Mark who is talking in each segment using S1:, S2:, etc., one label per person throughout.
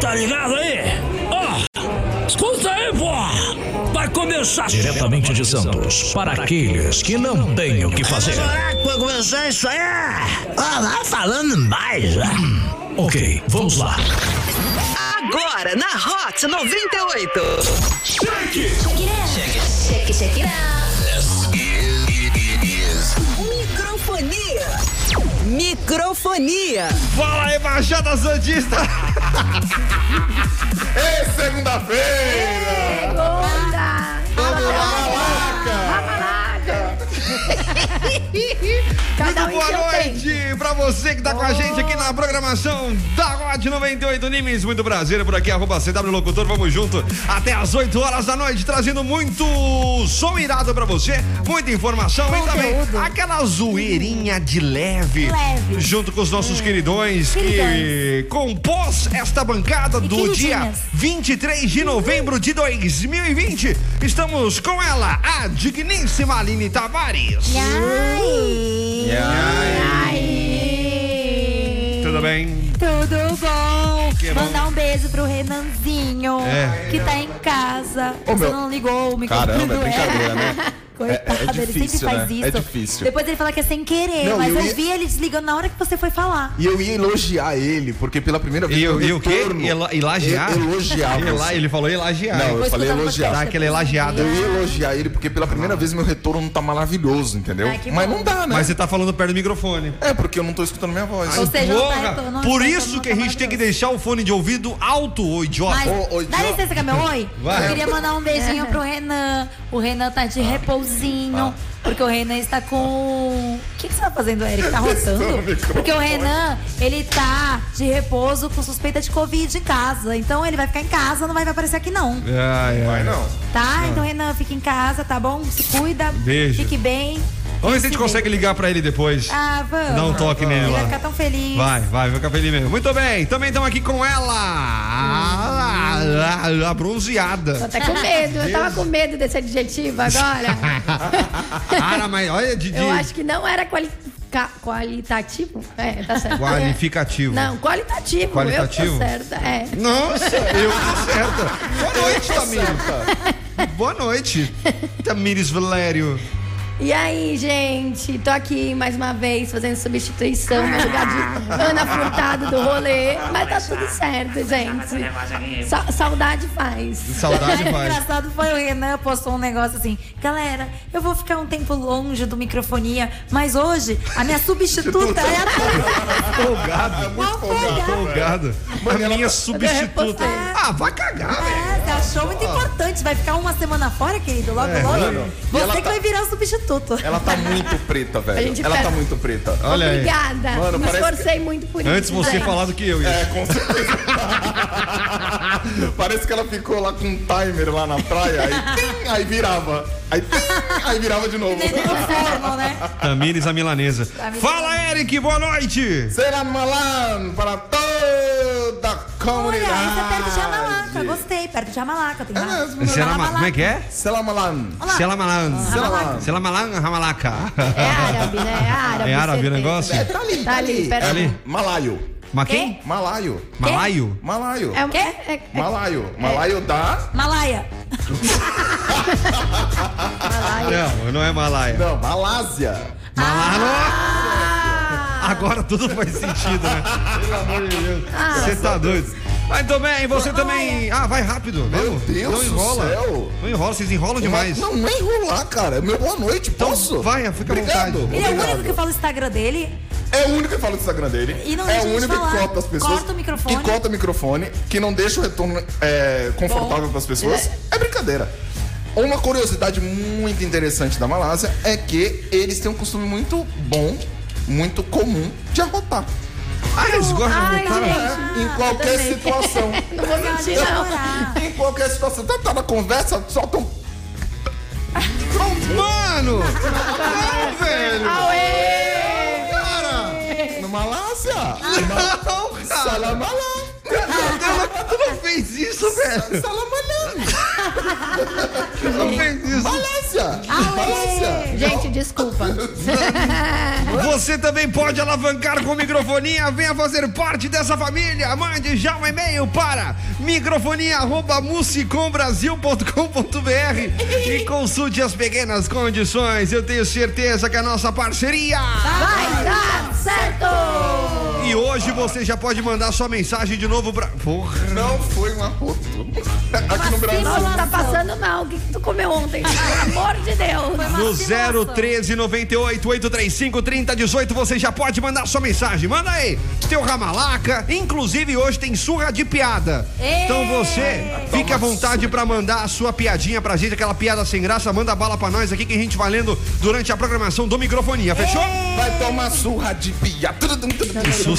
S1: tá ligado aí? Ó, escuta aí, pô! Vai começar
S2: Diretamente de Santos, para aqueles que não têm o que fazer.
S1: Será que vai começar isso aí? Ó, vai falando mais, ó.
S2: Ok, vamos lá.
S3: Agora na Hot 98.
S4: Check, check it out.
S3: Microfonia. Microfonia.
S5: Fala aí, Baixada Santista! Ei, segunda-feira! Vamos lá, Malaca!
S6: Cada
S5: Muito
S6: um
S5: boa
S6: que eu
S5: noite pra você que tá
S6: Oh.
S5: com a gente aqui na programação da Rod 98 Nimes. Muito prazer por aqui, arroba CW Locutor. Vamos junto até às 8 horas da noite, trazendo muito som irado pra você, muita informação e também
S6: Conteúdo.
S5: aquela zoeirinha de leve,
S6: Leve. É.
S5: junto com os nossos queridões que
S6: Queridões.
S5: compôs esta bancada do dia
S6: queridinhas.
S5: 23 de novembro de 2020. Estamos com ela, a digníssima Aline Tavares.
S6: Ai,
S5: E aí? Tudo bem?
S6: tudo bom?
S5: Que bom.
S6: Mandar um beijo pro Renanzinho,
S5: É.
S6: que tá em casa.
S7: Ô,
S6: Você
S7: meu.
S6: não ligou o microfone.
S7: Caramba, é
S6: do-
S7: brincadeira, né?
S6: Coitado,
S7: É- é
S6: ele sempre
S7: difícil,
S6: faz
S7: né?
S6: isso.
S7: É difícil.
S6: Depois ele fala que é sem querer,
S7: Não,
S6: mas
S7: eu
S6: eu
S7: ia-
S6: vi ele desligando na hora que você foi falar.
S7: E eu ia elogiar ele, porque pela primeira vez.
S5: E,
S7: no
S5: o- e o quê?
S7: retorno,
S5: Ela- Elogiar?
S7: eu- Elogiar.
S5: Ela-
S7: você.
S5: ele falou elogiar.
S7: Não, eu
S6: Vou
S7: falei
S6: escutar no
S7: elogiar.
S5: Dá
S6: Tá podcast
S5: aquela
S6: depois.
S5: elogiada.
S7: Eu ia elogiar ele, porque pela primeira vez meu retorno tá maravilhoso, entendeu?
S6: Ai, que
S7: Mas
S6: bom.
S7: não dá, né?
S5: Mas você tá falando perto do microfone.
S7: É, porque eu não tô escutando minha voz.
S6: Ou seja, não tá
S5: Porra,
S6: retorno,
S5: por
S6: não tá
S5: isso
S6: retorno,
S5: que a
S6: tá
S5: gente tem que
S6: maravilhoso.
S5: deixar o fone de ouvido alto, ô idiota.
S6: Mas,
S7: Ô, ô,
S6: dá
S7: Gio-
S6: licença, que é meu oi?
S5: Vai. Ah.
S6: Eu queria mandar um beijinho pro Renan. O Renan tá de repousinho, porque o Renan está com... O que, que você tá fazendo, Eric? Tá rotando? Porque o Renan, ele tá de repouso com suspeita de Covid em casa. Então ele vai ficar em casa, não vai aparecer aqui não,
S5: Ai, ai.
S7: Vai não.
S6: tá? Então, Renan, fica em casa, tá bom? Se cuida,
S5: Ah. Beijo.
S6: fique bem.
S5: Vamos ver se a gente
S6: bem.
S5: consegue ligar pra ele depois.
S6: Ah, vamos.
S5: Dá um toque nele
S6: Ele vai
S5: lá.
S6: ficar tão feliz.
S5: Vai, vai, vai ficar feliz mesmo. Muito bem, também estamos aqui com ela.
S6: Hum.
S5: A, a- a
S6: Tô
S5: bronzeada.
S6: até
S4: Com medo, eu tava com medo desse adjetivo agora.
S5: Cara, mas olha, Didi.
S4: Eu acho que não era quali- ca- qualitativo. É, tá certo.
S5: Qualificativo.
S4: Não, qualitativo.
S5: Qualitativo?
S4: Eu tô certa, é.
S5: Nossa, eu tô certa. Boa noite, Tamires. Boa noite, Tamires Valério.
S4: E aí, gente? Tô aqui mais uma vez fazendo substituição no lugar de Ana Furtado do rolê. Mas tá tudo certo, gente. Sa- saudade faz.
S7: Ah,
S5: Saudade,
S6: O
S5: pai.
S6: engraçado foi o Renan postou um negócio assim: galera, eu vou ficar um tempo longe do microfonia, mas hoje a minha substituta é a
S7: tá
S6: Thaís."
S5: Folgado.
S6: Mal folgado.
S5: Folgado. A minha substituta.
S4: repostei.
S5: Ah, vai cagar, velho.
S6: É, você achou muito importante. Vai ficar uma semana fora, querido, logo,
S7: Ah. É, mano.
S6: logo.
S7: E
S6: Você
S7: ela
S6: que
S7: tá-
S6: vai virar o substituto.
S7: Ela tá muito preta,
S4: A
S7: velho.
S4: gente
S7: Ela
S4: pega-
S7: tá muito preta.
S5: Olha aí.
S4: Obrigada.
S7: Mano,
S4: Me
S7: parece que-
S4: esforcei muito por isso. né?
S5: Antes você
S4: gente.
S5: falar do que eu.
S7: É,
S5: Ian.
S7: com certeza. Parece que ela ficou lá com um timer lá na praia, aí, tim, aí virava. Aí, tim, aí virava de novo.
S6: Formal, né?
S5: Tamires, a milanesa.
S4: Tá,
S5: Fala, Eric, boa noite.
S7: Será malan para toda a
S6: Olha,
S7: comunidade.
S6: isso é perto de Jamalaca. Gostei, perto de Jamalaca. Tem
S7: É
S6: lá.
S7: mesmo, né?
S5: Será ma- Como é que é?
S7: Será malan.
S6: Olá.
S5: Sela Malan.
S7: Será
S5: Sela Malan, Ramalaca.
S4: É árabe, né? É árabe.
S5: É árabe o
S4: certeza.
S5: negócio?
S7: É, tá ali,
S4: Tá ali, pera
S5: ali.
S7: Malaio.
S5: Mas quem?
S7: Malaio.
S5: Malaio?
S7: Malaio.
S4: É,
S6: Quê?
S4: é, é,
S7: Malaio. Malaio da.
S6: Malaya.
S5: Não, não é Malaia.
S7: Não, Malásia.
S5: Malaia. Agora tudo faz sentido, né? Pelo amor de Deus. Você tá doido. Mas também, você também. Ah, vai rápido.
S7: Meu
S5: vamos.
S7: Deus
S5: não
S7: do
S5: enrola.
S7: céu.
S5: Não enrola, vocês enrolam demais.
S7: Não, nem rolar, cara. Meu boa noite,
S5: Então,
S7: posso?
S5: vai, fica à
S7: Obrigado.
S5: vontade.
S6: Ele é o único
S7: Obrigado.
S6: que fala o Instagram dele.
S7: É o único que fala do Instagram dele.
S6: E não
S7: é
S6: deixa
S7: o
S6: a gente
S7: único que
S6: falar.
S7: corta as pessoas.
S6: Corta o microfone.
S7: Que corta o microfone, que não deixa o retorno é, confortável para as pessoas. É brincadeira. Uma curiosidade muito interessante da Malásia é que eles têm um costume muito bom, muito comum de arrotar.
S5: Ah, eles gostam
S4: Ai,
S5: de né? voltar.
S4: gente.
S7: em qualquer
S4: também.
S7: situação.
S4: Não vou mentir, não.
S7: em qualquer situação. Tá, tá na conversa, solta um.
S5: Mano! Não, velho!
S4: Aê!
S5: Cara!
S7: Na Malásia!
S5: Não, cara!
S7: Salamalã!
S5: Ela não fez isso, velho!
S7: Salamalã!
S5: Não fez isso.
S7: Malásia!
S6: Ale!
S7: Malásia!
S4: Gente, desculpa.
S5: Você também pode alavancar com microfonia. Venha fazer parte dessa família. Mande já um e-mail para microfonia.musicombrasil.com.br e consulte as pequenas condições. Eu tenho certeza que é a nossa parceria.
S4: Vai dar tá certo!
S5: E hoje você já pode mandar sua mensagem de novo pra. Porra!
S7: Não foi um arroto. Aqui no Brasil.
S4: Nossa, tá passando mal. O que, que tu comeu ontem? Pelo amor de Deus.
S5: No
S6: Vacinação.
S5: 013 98 835 3018 você já pode mandar sua mensagem. Manda aí, teu ramalaca. Inclusive hoje tem surra de piada.
S6: Ei!
S5: Então você fique à vontade pra mandar a sua piadinha pra gente, aquela piada sem graça. Manda bala pra nós aqui que a gente vai lendo durante a programação do microfonia, fechou?
S7: Vai tomar surra de pia.
S5: Que susto.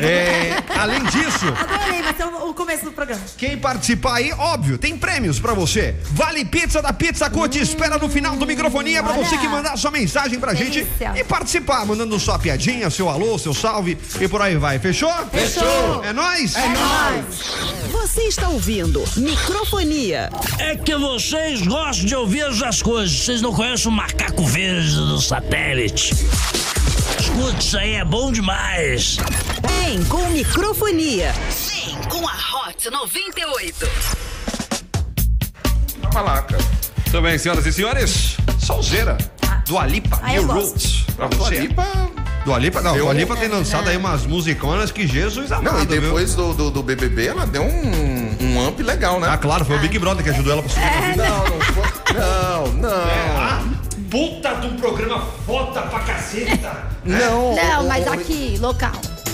S5: É, além disso.
S6: Adorei, vai ser o o começo do programa.
S5: Quem participar aí, óbvio, tem prêmios pra você. Vale Pizza da Pizza Co te espera no final do microfonia pra
S6: olha.
S5: você que mandar sua mensagem pra gente
S6: Delícia.
S5: e participar, mandando sua piadinha, seu alô, seu salve e por aí vai. Fechou?
S6: Fechou.
S5: É nóis? É
S3: Você está ouvindo Microfonia.
S1: É que vocês gostam de ouvir essas coisas. Vocês não conhecem o macaco verde do satélite. Escute, isso aí é bom demais.
S3: Vem com Microfonia. Vem com a Hot 98.
S7: Malaca.
S5: Muito bem, senhoras e senhores, Solzeira, do Alipa,
S6: Ah, eu
S5: New
S6: gosto.
S5: Roots, pra
S7: Dua
S5: você.
S7: Lipa.
S5: Do Alipa, não,
S7: Eu-
S5: do Alipa tem lançado aí umas musiconas que Jesus amado,
S7: Não, e
S5: viu?
S7: depois do, do, do BBB, ela deu um, um up legal, né?
S5: Ah, claro, foi o Big Brother que ajudou ela pra subir.
S6: É.
S7: Não, não foi. Não, não.
S5: Puta de um programa foda pra caceta.
S7: Não,
S4: Não,
S7: o-
S4: mas
S7: o-
S4: aqui, local.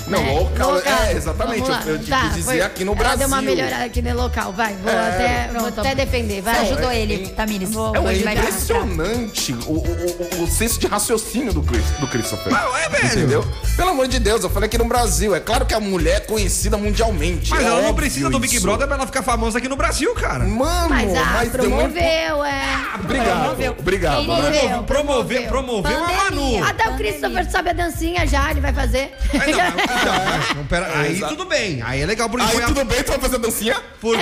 S7: Não,
S4: né?
S7: local, é, exatamente,
S4: Vamos lá. Tá,
S7: eu- eu te quis dizer
S4: foi-
S7: aqui no
S4: Ela deu uma
S7: Brasil.
S4: melhorada aqui no local, vai. Vou, até, vou até defender, vai.
S6: Você ajudou
S7: é-
S6: ele, Tamires.
S4: Vou-
S7: É um-
S6: Hoje
S7: é
S6: vai dar.
S7: impressionante o, o- o- o senso de raciocínio do, Chris, do Christopher.
S5: Não, é, velho.
S7: Entendeu? Pelo amor de Deus, eu falei aqui no Brasil. É claro que a mulher é conhecida mundialmente.
S5: Mas
S7: é
S5: ela não
S7: óbvio
S5: precisa do Big
S7: isso.
S5: Brother pra ela ficar famosa aqui no Brasil, cara.
S7: Mano,
S4: Mas
S7: mas,
S4: ah,
S7: deu um...
S4: promoveu, é.
S7: Obrigado,
S6: Promoveu.
S7: obrigado.
S6: Ele-
S5: Promover, promover,
S4: promoveu.
S5: promover uma Manu.
S6: Pandemia.
S4: Até o Christopher sabe a dancinha já, ele vai fazer.
S5: Mas não, mas- não, mas- não, pera, aí
S7: Exato.
S5: tudo bem. Aí é legal porque foi
S7: Aí
S5: a-
S7: tudo bem, tu vai fazer dancinha?
S5: porque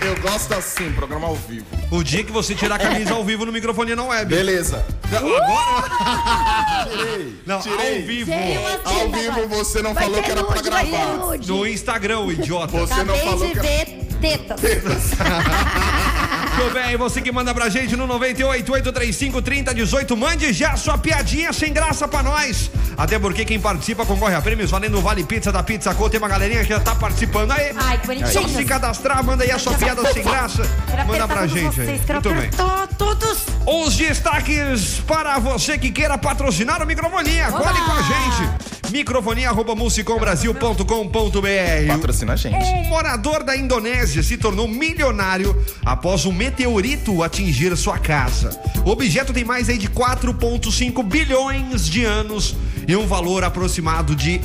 S7: Eu gosto assim, programa ao vivo.
S5: o dia que você tirar a camisa ao vivo no microfone é, na web.
S7: Beleza.
S5: Agora,
S7: Tirei.
S5: não, ao
S7: tirei.
S5: vivo.
S4: Seria uma
S7: Ao
S4: treta
S7: vivo
S4: agora.
S7: você não
S4: Vai
S7: falou
S4: ter
S7: que era pra
S4: nude, vai ter
S7: gravar.
S4: nude.
S5: No Instagram, o idiota.
S7: Você não
S6: Acabei
S7: falou
S6: de
S7: que é era...
S6: ver tetas.
S5: Tudo bem, você que manda pra gente no 988353018, mande já sua piadinha sem graça pra nós. Até porque quem participa concorre a prêmios valendo o Vale Pizza da Pizza Co. Tem uma galerinha que já tá participando aí.
S6: Ai, que
S5: Só se
S6: bonitinho.
S5: cadastrar, manda aí a sua piada sem graça. Manda pra gente aí. Muito bem.
S6: todos.
S5: Os destaques para você que queira patrocinar o Microfonia. Colhe com a gente. Microfonia.musicombrasil.com.br
S7: Patrocina a gente.
S6: Ah,
S5: um morador da Indonésia se tornou milionário após um meteorito atingir sua casa. O objeto tem mais aí de 4,5 bilhões de anos e um valor aproximado de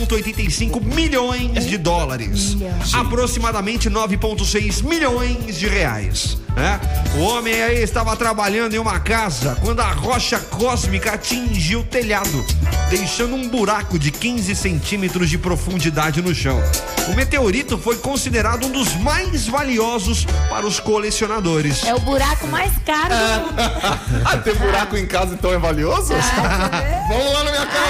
S5: 1,85 milhões de dólares. Aproximadamente 9,6 milhões de reais. né? O homem aí estava trabalhando em uma casa quando a rocha cósmica atingiu o telhado, deixando um buraco de 15 centímetros de profundidade no chão. O meteorito foi considerado um dos mais valiosos para os colecionadores.
S6: É o buraco mais caro do mundo.
S7: Ah, ter buraco em casa então é valioso?
S6: Ah,
S7: Vamos lá na minha casa.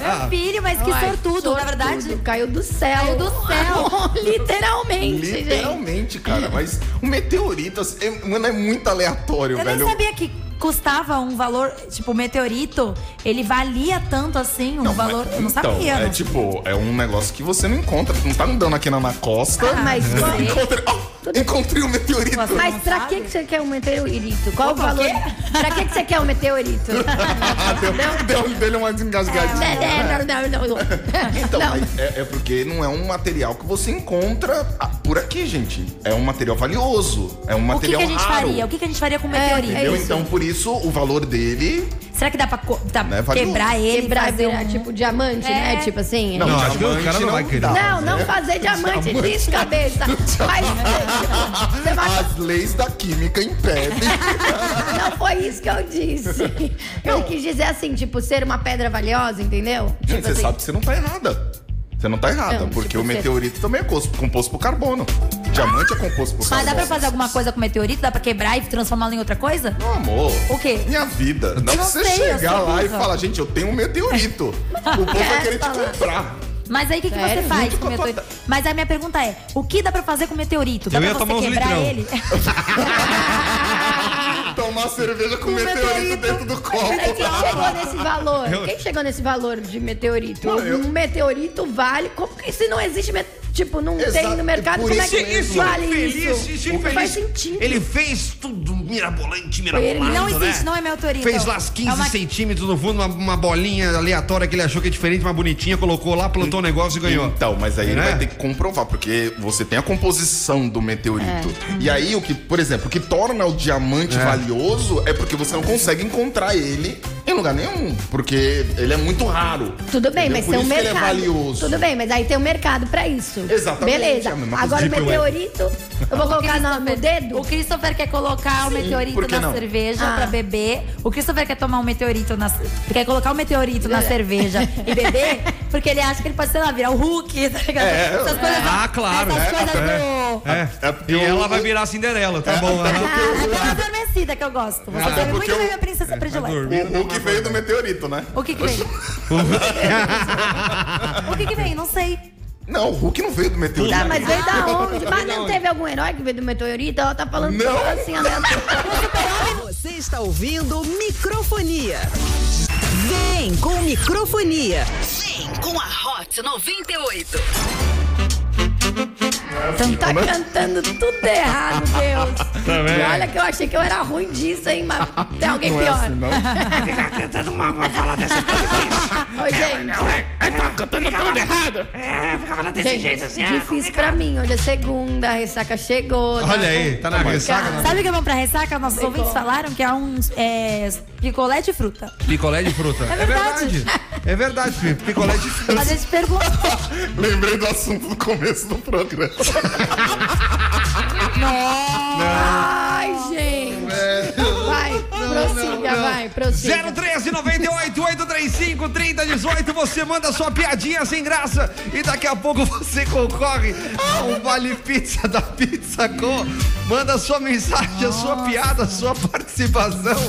S7: tá.
S6: Meu filho, mas que
S4: Ai,
S6: sortudo, na verdade.
S4: sortudo, Caiu do céu.
S6: Caiu do céu.
S4: Literalmente, gente.
S7: Literalmente, cara. Mas um meteorito, assim, é, mano, é muito aleatório,
S6: Eu
S7: velho.
S6: nem sabia que custava um valor, tipo, o meteorito, ele valia tanto assim, um
S7: mas-
S6: valor. Eu não
S7: então,
S6: sabia. né?
S7: É
S6: não.
S7: tipo, é um negócio que você não encontra. Não tá andando aqui na, na costa.
S4: Ah, mas
S7: Você
S4: qual-
S7: encontra- Oh, encontrei um meteorito.
S6: Nossa,
S4: Mas
S6: Não
S4: pra
S6: sabe?
S4: que que você quer um meteorito? Qual
S6: Opa,
S4: o valor?
S6: o quê?
S4: Pra que que você quer um meteorito?
S7: Ah, deu, deu, deu uma
S4: Não,
S6: É,
S7: desengasgadinha.
S4: não, não, não, não.
S7: Então,
S4: Não.
S7: mas é, é porque não é um material que você encontra ah, por aqui, gente. É um material valioso. É um
S6: o que, que
S7: material
S6: a gente
S7: raro.
S6: faria? O que, que a gente faria com o
S4: É,
S6: meteorito?
S7: Entendeu?
S4: isso.
S7: então, por isso, o valor dele.
S6: Será que dá pra, co- dá
S7: Né, valioso.
S6: quebrar ele?
S4: é. Quebrar,
S6: fazer
S4: virar
S6: um-
S4: tipo diamante,
S6: É.
S4: né? Tipo assim.
S7: Não,
S5: Não, acho que o
S7: diamante
S5: cara não
S7: não
S5: vai querer.
S7: dá.
S4: Não, não fazer diamante diz cabeça. Mas você vai-
S7: As leis da química impedem.
S4: não foi isso que eu disse. Eu quis dizer assim, tipo, ser uma pedra valiosa, entendeu?
S7: gente,
S4: Tipo
S7: você
S4: assim,
S7: sabe que você não tá errada. Você não tá errada,
S6: Então,
S4: Não,
S7: porque
S4: tipo,
S7: o
S6: assim,
S7: meteorito também é cos- composto por carbono. Diamante é composto por
S6: Mas
S7: carbono.
S6: dá pra fazer alguma coisa com meteorito? Dá pra quebrar e transformá-lo em outra coisa?
S7: Meu amor.
S6: O quê?
S7: Minha vida. Não
S6: Eu
S7: pra você
S6: sei,
S7: chegar
S6: eu sei
S7: lá e
S6: disso.
S7: falar, gente, eu tenho um meteorito. o povo vai querer te
S4: falar.
S7: comprar.
S6: Mas aí o que, que você
S4: Sério?
S6: faz
S7: Junto
S6: com
S7: com
S6: o
S7: a tua-
S6: meteorito? Mas a minha pergunta é: o que dá pra fazer com o meteorito? Dá
S5: Eu
S6: pra
S5: ia
S6: você
S5: tomar uns
S6: quebrar
S5: litrão.
S6: ele?
S7: Tomar cerveja
S6: Um
S7: com meteorito, dentro do
S4: Peraí,
S7: copo.
S4: um Quem chegou nesse valor?
S5: Eu-
S4: Quem chegou nesse valor de meteorito?
S7: Não, eu-
S4: Um meteorito vale. Como que se não existe. met- Tipo, não
S7: Exato,
S4: tem no mercado,
S7: por
S4: como é
S7: isso
S4: que
S7: mesmo. Esse
S4: vale
S5: infeliz,
S4: isso?
S5: esse
S4: não
S5: infeliz,
S4: faz sentido.
S5: Ele fez tudo mirabolante,
S4: ele.
S5: mirabolante.
S6: Não
S5: né?
S6: existe, não é meteorito.
S5: Fez lá as 15
S6: É uma-
S5: centímetros no fundo, uma, uma bolinha aleatória que ele achou que é diferente, uma bonitinha, colocou lá, plantou o negócio e ganhou.
S7: Então, mas aí ele
S5: Né?
S7: vai ter que comprovar, porque você tem a composição do meteorito.
S4: É.
S7: E aí, o que, por exemplo, o que torna o diamante valioso é porque você não consegue encontrar ele em lugar nenhum. Porque ele é muito raro.
S4: Tudo bem,
S7: entendeu?
S4: mas
S7: Por
S4: tem um
S7: isso que
S4: mercado.
S7: Ele é valioso.
S4: Tudo bem, mas aí tem um mercado pra isso.
S7: Exatamente,
S4: Beleza.
S7: é a mesma coisa
S4: Agora o
S5: Deep Web.
S4: meteorito, eu vou colocar tá no, no dedo.
S6: O Christopher quer colocar o
S7: por
S6: meteorito
S7: que
S6: na
S7: não?
S6: cerveja
S4: Ah.
S6: pra beber. O Christopher quer tomar um meteorito na quer colocar o meteorito
S4: É.
S6: na cerveja e beber, porque ele acha que ele pode, sei lá, virar o Hulk, tá ligado?
S7: É. né?
S6: Essas coisas,
S5: Ah, claro,
S6: Essas
S5: é.
S6: coisas
S5: É.
S6: do
S5: É.
S7: É porque
S5: E ela
S7: o-
S5: vai virar a Cinderela, tá bom?
S7: até
S5: Ela...
S7: porque
S6: Ah, aquela adormecida que eu gosto. Você
S7: Ah,
S6: sabe
S7: porque
S6: muito bem
S7: eu-
S6: minha princesa predileta.
S5: dormir.
S7: O, o que veio do meteorito, né?
S6: O que que vem? o que que vem? Não sei.
S7: Não, o Hulk não veio do meteorito.
S4: Tá, mas veio da onde? Mas não teve algum herói que veio do meteorito? Ela tá falando
S7: é. Não.
S4: tudo assim, aleatório.
S3: Você está ouvindo microfonia. Vem com microfonia.
S8: Vem com a Hot 98.
S4: Tá
S7: é
S4: cantando tudo errado, Deus.
S5: Tá vendo?
S4: E olha que eu achei que eu era ruim disso, hein? Mas tem alguém
S7: Não é
S4: pior.
S7: assim, não.
S1: Ficar cantando uma, uma fala dessa
S4: Ô, gente, tá
S1: cantando tudo errado. É, ficar falando desse jeito assim.
S4: gente,
S1: ah,
S4: difícil pra mim. Hoje é segunda, a ressaca chegou. tá
S5: Olha aí, tá na
S4: complicado.
S5: ressaca, né?
S6: Sabe o que é bom pra ressaca? Nossos ouvintes falaram que é um é, picolé de fruta.
S5: Picolé de fruta. É
S6: verdade.
S5: É verdade, Felipe. Picolé de fruta.
S6: A gente perguntou.
S7: Lembrei do assunto do começo do programa.
S4: Ai, gente.
S5: É.
S4: Vai, prossiga, vai, prossiga.
S5: 013 98 835 3018. Você manda sua piadinha sem graça e daqui a pouco você concorre ao Vale Pizza da Pizza Co. Manda sua mensagem, a sua piada, a sua participação.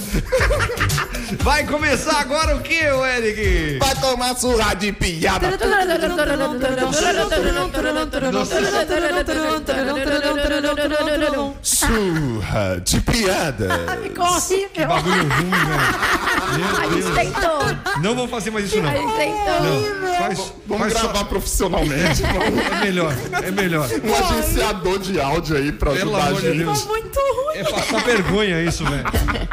S5: Vai começar agora o que, Eric?
S7: Vai tomar surra de piada. Surra de
S4: Ah,
S7: piada.
S6: Horrível.
S5: Bagulho ruim, velho.
S4: A gente tentou,
S5: Não vou fazer mais isso,
S4: a
S5: não.
S4: gente tentou.
S5: Não. Faz,
S7: Vamos
S5: faz só-
S7: gravar profissionalmente. vamos.
S5: É melhor, é melhor.
S7: Um agenciador de áudio aí pra
S5: Pelo
S7: ajudar a
S5: amor de
S7: gente.
S5: Deus.
S6: Muito ruim.
S5: É passar vergonha isso, velho.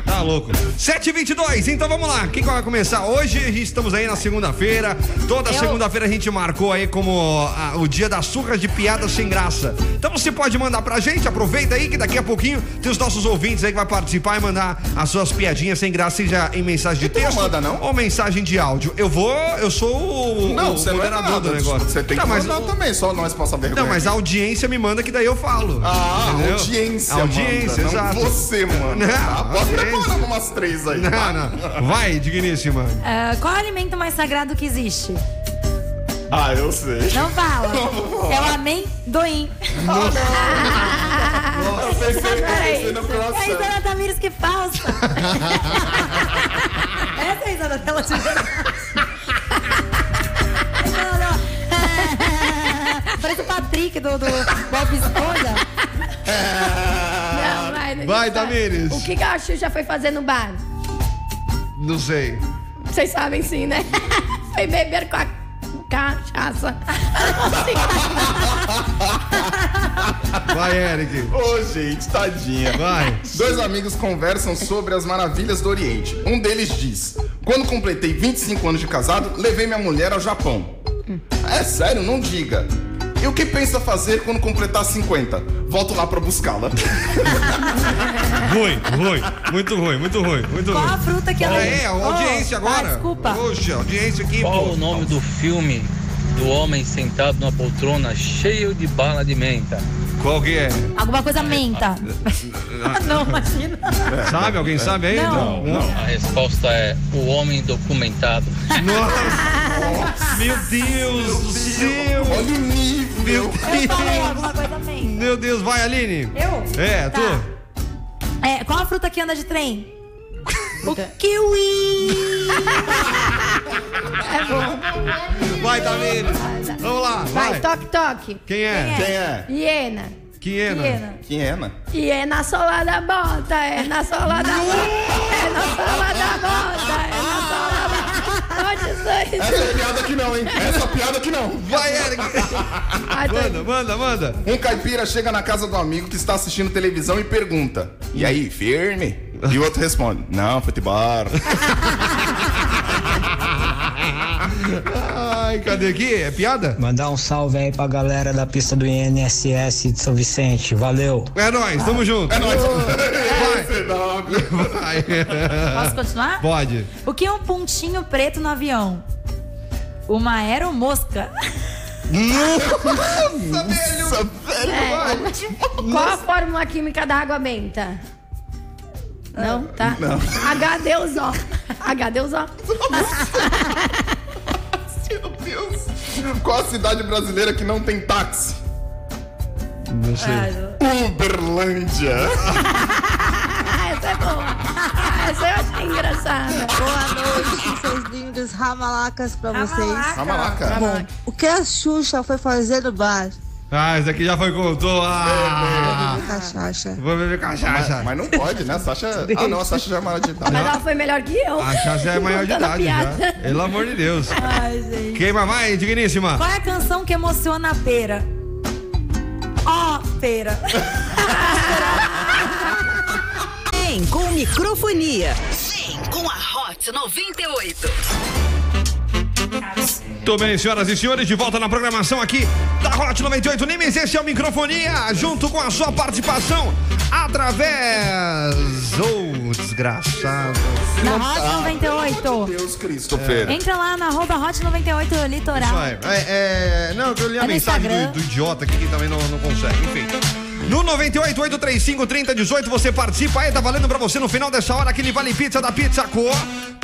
S5: Tá louco. 7h22, então vamos lá. Quem vai começar? Hoje estamos aí na segunda-feira. Toda segunda-feira a gente marcou aí como a- o dia das surras de piadas sem graça. Então você pode mandar pra gente, aproveita aí que daqui a pouquinho tem os nossos ouvintes aí que vai participar e mandar as suas piadinhas sem graça, seja em mensagem de
S7: tu Então não
S5: texto
S7: manda, não?
S5: ou mensagem de áudio. Eu vou, eu sou o,
S7: Não,
S5: o
S7: você não é
S5: moderador
S7: nada.
S5: do negócio.
S7: Você tem
S5: Tá,
S7: que
S5: mas
S7: mandar também, só nós passar vergonha.
S5: não, mas a
S7: aqui.
S5: audiência me manda que daí eu falo.
S7: Ah, a
S5: Entendeu?
S7: audiência,
S5: A audiência,
S7: manda,
S5: exato.
S7: Não você, mano.
S5: Não,
S7: Tá? Bota
S5: audiência.
S7: preparando umas três aí. tá?
S5: Não,
S7: vai.
S5: não. Vai, digníssima.
S6: Ah, qual é o alimento mais sagrado que existe?
S7: Ah, eu sei.
S6: Não fala.
S7: Não vou falar.
S6: É o amendoim.
S7: Eu pensei, eu
S6: Peraí.
S7: pensei na
S6: É a
S7: próxima.
S6: Isana Tamires que falsa. Essa é a Isana dela de Não, não. Parece o Patrick do, do Bob Esponja.
S7: É.
S4: Não, vai, não
S5: Vai,
S4: gente sabe.
S5: Tamires.
S4: O que Gachu já foi fazer no bar?
S5: Não sei.
S4: Vocês sabem sim, né? Foi beber com a cachaça.
S5: Vai, Eric.
S7: Ô, gente, tadinha.
S5: Vai.
S7: Dois amigos conversam sobre as maravilhas do Oriente. Um deles diz: Quando completei 25 anos de casado, levei minha mulher ao Japão. É sério, não diga. E o que pensa fazer quando completar 50? Volto lá pra buscá-la.
S5: Ruim, ruim. Muito ruim, muito ruim, muito
S6: Qual a
S5: ruim.
S6: fruta que ela
S5: É, audiência
S6: Oh,
S5: agora.
S6: Ah, desculpa.
S5: Poxa, audiência aqui.
S9: Qual
S5: pô.
S9: o nome do filme do homem sentado numa poltrona cheio de bala de menta?
S5: Qual que é? ah,
S6: Alguma coisa menta. Não, imagina.
S5: Sabe? Alguém sabe aí?
S6: Não.
S9: A resposta é o homem documentado.
S5: Nossa! Meu Deus do céu!
S7: Olha o nível.
S5: Meu
S6: Eu falei
S5: Deus!
S6: alguma coisa menta.
S5: Meu Deus, vai, Aline!
S6: Eu?
S5: É,
S6: Tá.
S5: tu?
S6: É, qual a fruta que anda de trem? O kiwi!
S5: Vai, Tamires! Vamos lá, vai!
S4: Vai, toque, toque.
S5: Quem é?
S7: Quem é?
S4: Hiena.
S5: Quiena.
S6: Pequena.
S7: Quem é, né?
S4: E é na sola da bota, é na sola da bota, é na sola da bota, é na sola da Onde isso?
S7: Essa é piada que não, hein? Essa piada que não.
S5: Vai, Eric!
S4: Ai, tô-
S5: Manda, manda, manda!
S7: Um caipira chega na casa do amigo que está assistindo televisão e pergunta: E aí, firme? E o outro responde: Não, futebol.
S5: Ai, cadê aqui? É piada?
S10: Mandar um salve aí pra galera da pista do INSS de São Vicente. Valeu.
S5: É nóis, tamo junto!
S7: É nóis. É
S5: Vai. Ah,
S6: Posso continuar?
S5: Pode!
S6: O que é um pontinho preto no avião? Uma aeromosca.
S7: Nossa, velho.
S4: É. Qual a fórmula química da água benta? Não, tá?
S7: Não.
S4: H2O. H2O.
S7: Meu Deus. Qual a cidade brasileira que não tem táxi?
S5: Não sei.
S7: Uberlândia.
S4: Ah, essa é boa. Ah, essa eu achei engraçada.
S11: noite, seus lindos ramalacas pra vocês.
S7: Ah, Ramalaca.
S11: Bom, o que a Xuxa foi fazer no bar?
S5: Ah, esse aqui já foi contou. Ah,
S11: Cachaça.
S5: vou beber cachaça.
S7: Mas não pode, né? Sasha. Ah, não, a Sasha já é maior de idade.
S4: Mas ela foi melhor que eu.
S5: A cachaça é maior de
S7: Tá
S4: Contando a
S5: idade já.
S4: piada.
S5: Pelo amor de Deus.
S6: Ai, gente.
S5: Queima mais, digníssima.
S6: Qual é a canção que emociona a pera? Ó, pera.
S3: Vem com microfonia.
S8: Vem com a Hot 98.
S5: Muito bem, senhoras e senhores, de volta na programação aqui da Hot 98 Nimes. Esse é o Microfonia, junto com a sua participação através. Ô, desgraçado.
S6: Na Hot 98.
S7: Deus Christopher.
S6: Entra lá na arroba Hot 98
S5: Isso
S6: Litoral.
S5: aí. É, é, não, que eu li a
S6: Ah. É no
S5: mensagem
S6: Instagram.
S5: do, do idiota aqui que também não, não consegue. Enfim. No 988353018 você participa aí, tá valendo pra você no final dessa hora aquele Vale Pizza da Pizza Co.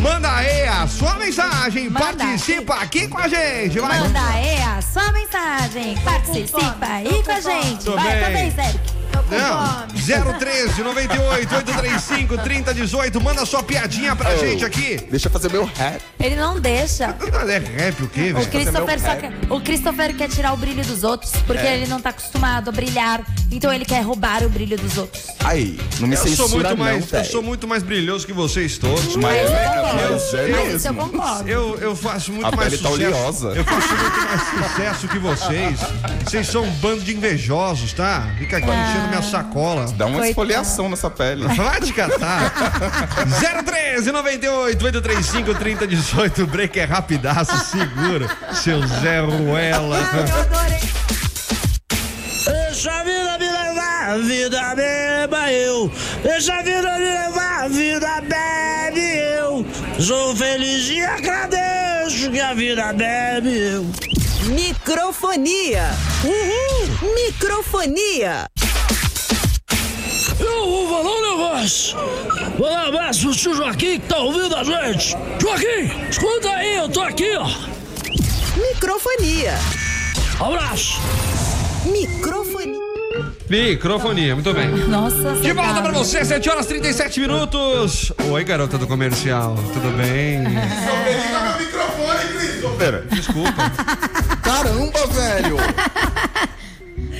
S5: Manda aí a sua mensagem,
S6: Manda
S5: participa aqui com a gente, vai.
S6: Manda aí a sua mensagem. Participa aí com a gente.
S5: Tô
S6: Vai
S5: bem.
S6: também, Sérgio.
S5: Não, 013 98 835 3018, manda sua piadinha pra gente aqui.
S7: Deixa eu fazer meu rap.
S6: Ele não deixa.
S5: É rap o quê,
S6: O
S5: velho?
S6: Christopher,
S7: meu
S6: só quer, o Christopher quer tirar o brilho dos outros, porque ele não tá acostumado a brilhar. Então ele quer roubar o brilho dos outros.
S7: Aí, não me
S5: Eu sou,
S7: censura
S5: muito
S7: não,
S5: mais, eu
S7: velho.
S5: sou muito mais brilhoso que vocês todos. é
S7: Mas,
S6: Mas
S7: meu,
S6: eu
S7: sério
S6: concordo. Mas isso eu
S7: mesmo.
S6: concordo.
S5: Eu, eu faço muito
S7: A
S5: mais
S7: pele tá
S5: sucesso.
S7: oleosa.
S5: Eu faço muito mais sucesso que vocês. Vocês são um bando de invejosos, tá? Fica aqui enchendo minha sacola.
S7: Dá um uma
S6: Coitado.
S7: esfoliação nessa pele.
S5: Vai te catar. 013 98 835 3018. Break é rapidaço, seguro. Seu Zé Ruela.
S1: Deixa a vida me levar, vida beba eu. Deixa a vida me levar, vida bebe eu. Sou feliz e agradeço que a vida bebe eu.
S3: Microfonia. Uhul. Microfonia.
S1: Eu vou falar um negócio. Vou dar um abraço pro tio Joaquim que tá ouvindo a gente. Joaquim, escuta aí, eu tô aqui, ó.
S3: Microfonia.
S1: Abraço.
S3: Microfonia.
S5: Microfonia, muito bem.
S6: Nossa
S5: De volta
S6: Senhora.
S5: pra você, 7 horas 37 minutos. Oi, garota do comercial, tudo bem?
S7: meu microfone, Christopher.
S5: Desculpa.
S7: Caramba, velho.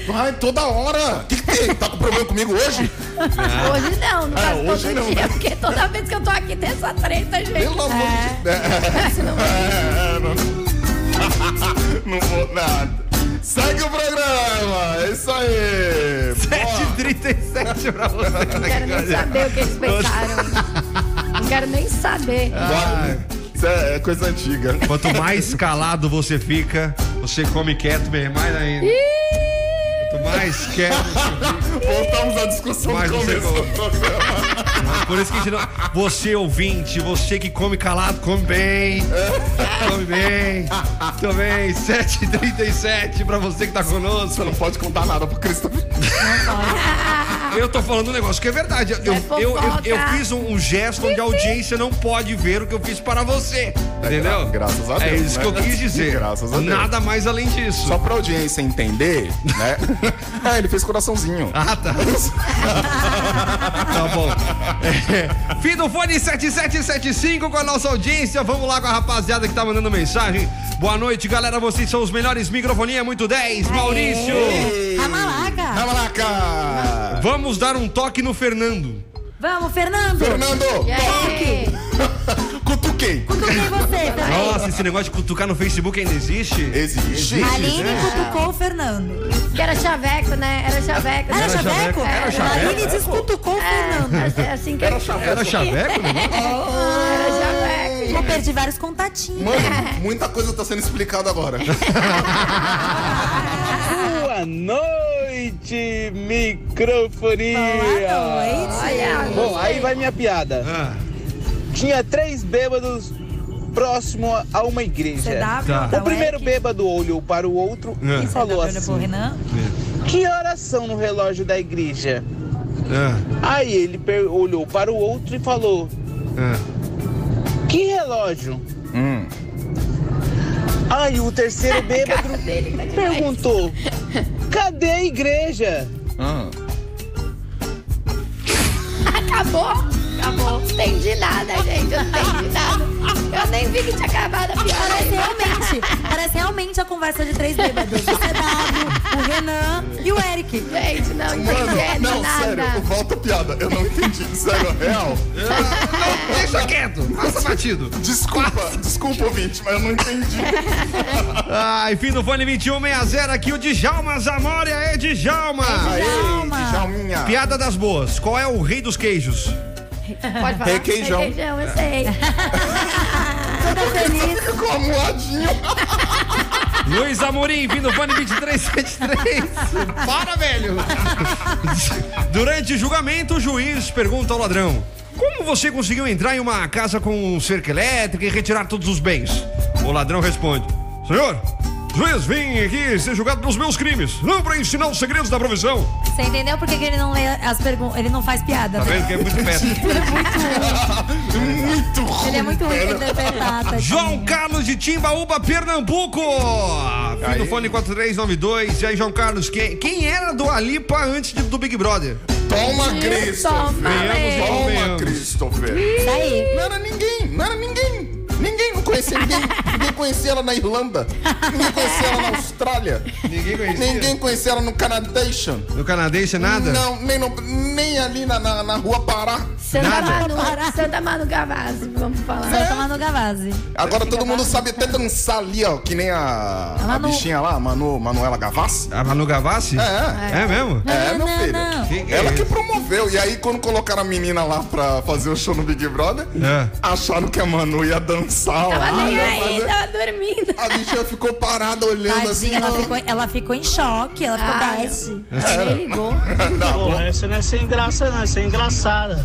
S7: Vai, toda hora. O que, que tem? Tá com problema comigo hoje?
S4: Hoje não, no caso,
S7: hoje
S4: todo
S7: não,
S4: dia,
S7: né?
S4: porque toda vez que eu tô aqui tem essa treta, gente. É.
S7: Pelo amor de Deus. É, não- não vou nada. Segue o programa. É isso aí.
S5: 7h37 pra você.
S4: Não quero nem saber o que eles pensaram. Não quero nem saber.
S7: Bora. Ah, Isso é, é coisa antiga.
S5: Quanto mais calado você fica, você come quieto bem mais ainda. né? Quanto mais quaisquer.
S7: Voltamos à discussão
S5: Mas
S7: do
S5: você
S7: começo do programa.
S5: Por isso que a gente não. Você ouvinte, você que come calado, come bem. Come bem. Também, 7h37 pra você que tá conosco. Você
S7: não pode contar nada pro Cristo.
S5: Eu tô falando um negócio que é verdade. Eu, eu, eu, eu fiz um, um gesto onde a audiência não pode ver o que eu fiz para você. Entendeu?
S7: É, Graças a Deus.
S5: É isso
S7: né?
S5: que eu quis dizer.
S7: Graças a Deus.
S5: Nada mais além disso.
S7: Só pra audiência entender, né? ah, ele fez coraçãozinho.
S5: Ah, tá. Tá bom. É. Fim do fone 7775 com a nossa audiência. Vamos lá com a rapaziada que tá mandando mensagem. Boa noite, galera. Vocês são os melhores. Microfonia muito 10. Maurício.
S6: Ramalaca.
S7: Ramalaca.
S5: Vamos dar um toque no Fernando.
S6: Vamos, Fernando.
S7: Fernando,
S6: E aí?
S4: É,
S7: Cutuquei.
S6: Cutuquei você, peraí.
S5: Nossa, esse negócio de cutucar no Facebook ainda existe?
S7: Existe.
S6: A Aline
S5: né?
S6: cutucou o Fernando.
S4: Que era chaveco, né? Era chaveco.
S6: Era
S5: chaveco?
S6: chaveco?
S5: Era chaveco?
S6: A Aline descutucou o Fernando.
S4: É, é assim que era chaveco.
S5: Era chaveco? né?
S4: Era chaveco.
S6: Já perdi vários contatinhos.
S7: Mano, muita coisa tá sendo explicada agora.
S12: Boa noite,
S6: Ah,
S12: microfonia!
S6: Boa noite.
S12: Bom, aí vai minha piada. Tinha três bêbados próximo a uma igreja.
S3: um
S6: CW, Tá.
S12: O primeiro bêbado olhou para o outro
S5: É.
S12: e falou
S6: Olha pro
S12: assim:
S6: Renan.
S12: Que horas são no relógio da igreja?
S5: Ah,
S12: Aí ele per- olhou para o outro e falou:
S5: ah,
S12: Que relógio?
S7: Hum.
S12: Aí o terceiro bêbado perguntou: Cadê a igreja?
S7: Ah.
S4: Acabou? Acabou. Não entendi nada, gente. Eu não entendi nada. Eu nem vi que tinha acabado a pior
S6: Parece
S4: ainda.
S6: realmente, parece realmente a conversa de três bêbados. O CW, o Renan e o Eric.
S4: Gente, não entendi
S7: Mano, não,
S4: nada.
S7: sério, volta a piada. Eu não entendi. Sério, é real.
S5: Deixa quieto. Passa batido.
S7: Desculpa, desculpa, ouvinte, mas eu não entendi.
S5: Ai, fim do fone 2160 aqui, o Djalma Zamora é Djalma.
S6: Djalma.
S7: Aê, Djalminha.
S5: Piada das boas. Qual é o rei dos queijos?
S4: Pode falar.
S7: Requeijão.
S4: Requeijão, eu sei.
S6: Toda feliz.
S7: Ficou amuadinho.
S5: Luiz Amorim, fim do fone 2373. Para, velho. Durante o julgamento, o juiz pergunta ao ladrão: Como você conseguiu entrar em uma casa com um cerca elétrica e retirar todos os bens? O ladrão responde: Senhor, juiz, vim aqui ser julgado pelos meus crimes, não para ensinar os segredos da provisão.
S6: Você entendeu por que, que ele não lê as perguntas? Ele não faz piada,
S5: Tá
S6: né?
S5: vendo que é muito péssimo.
S7: Muito ruim.
S6: Ele é muito ruim de
S7: cara.
S6: interpretar. tadinho.
S5: João Carlos de Timbaúba, Pernambuco! Fim do
S7: Aí.
S5: fone 4392. E aí, João Carlos, quem, quem era do Alipa antes de- do Big Brother?
S7: Toma,
S4: Toma,
S7: Christopher.
S5: Venhamos,
S4: velho.
S7: Toma,
S5: venhamos.
S7: Christopher.
S6: Isso Tá aí.
S7: Não era ninguém, não era ninguém. Ninguém, não conhecia ninguém. Ninguém conhecia ela na Irlanda. Ninguém conhecia ela na Austrália.
S5: Ninguém conhecia.
S7: Ninguém conhecia ela no Canadation.
S5: No canadense, é nada?
S7: Não, nem, no- nem ali na, na, na Rua Pará.
S4: Santa
S5: Nada.
S4: Manu, Santa Manu Gavazzi, vamos falar.
S6: Só tomar no Gavazzi.
S7: Agora todo mundo sabe até dançar ali, ó. Que nem a,
S4: Tá
S7: a
S6: Manu.
S7: bichinha lá, a Manu, Manuela Gavassi.
S5: A Manu Ah, Gavassi?
S7: É,
S5: É mesmo?
S7: é, meu
S6: não,
S7: filho.
S6: não.
S5: Que que é
S7: Ela que
S5: isso?
S7: promoveu. E aí, quando colocaram a menina lá pra fazer o show no Big Brother,
S5: É.
S7: acharam que a Manu ia dançar lá.
S4: Tava nem
S7: ia
S4: aí,
S7: fazer-
S4: tava dormindo.
S7: A bichinha ficou parada olhando assim.
S6: Tadinha, ela
S7: ó.
S6: ficou, ela ficou em choque, ela ficou
S4: Ah,
S6: best.
S4: Ele ligou.
S12: Pô, essa não é sem graça, não, essa é engraçada.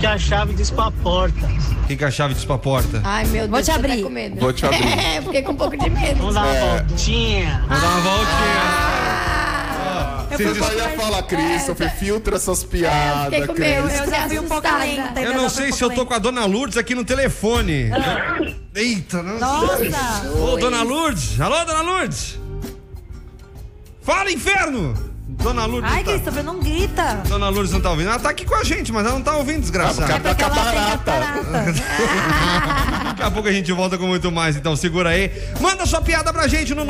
S12: Que a chave diz pra porta.
S5: Quem que é a chave diz pra porta?
S4: Ai, meu Deus,
S6: Vou te
S4: tô até
S6: abrir.
S4: com medo.
S7: Vou te abrir.
S4: É, fiquei com um pouco de medo.
S12: Vamos dar uma
S7: É.
S12: voltinha.
S5: Vou dar uma voltinha.
S4: Ah,
S7: Você só ia falar, Christopher, filtra essas
S4: É, eu
S7: piadas,
S4: fiquei com
S7: Christopher.
S4: medo.
S6: Eu já fui um pouco
S4: Assustada.
S6: lenta.
S5: Eu não sei se eu tô com a dona Lourdes aqui no telefone. Eita, não.
S6: Nossa!
S5: Ô, dona Lourdes! Alô, dona Lourdes! Fala, inferno! Dona Lourdes.
S6: Ai,
S5: tá-
S6: Christopher, não grita.
S5: Dona Lourdes não tá ouvindo. Ela tá aqui com a gente, mas ela não tá ouvindo, desgraçada.
S7: Ah,
S6: É porque ela tem
S4: tá
S6: catarata.
S5: Daqui a pouco a gente volta com muito mais, então segura aí. Manda sua piada pra gente no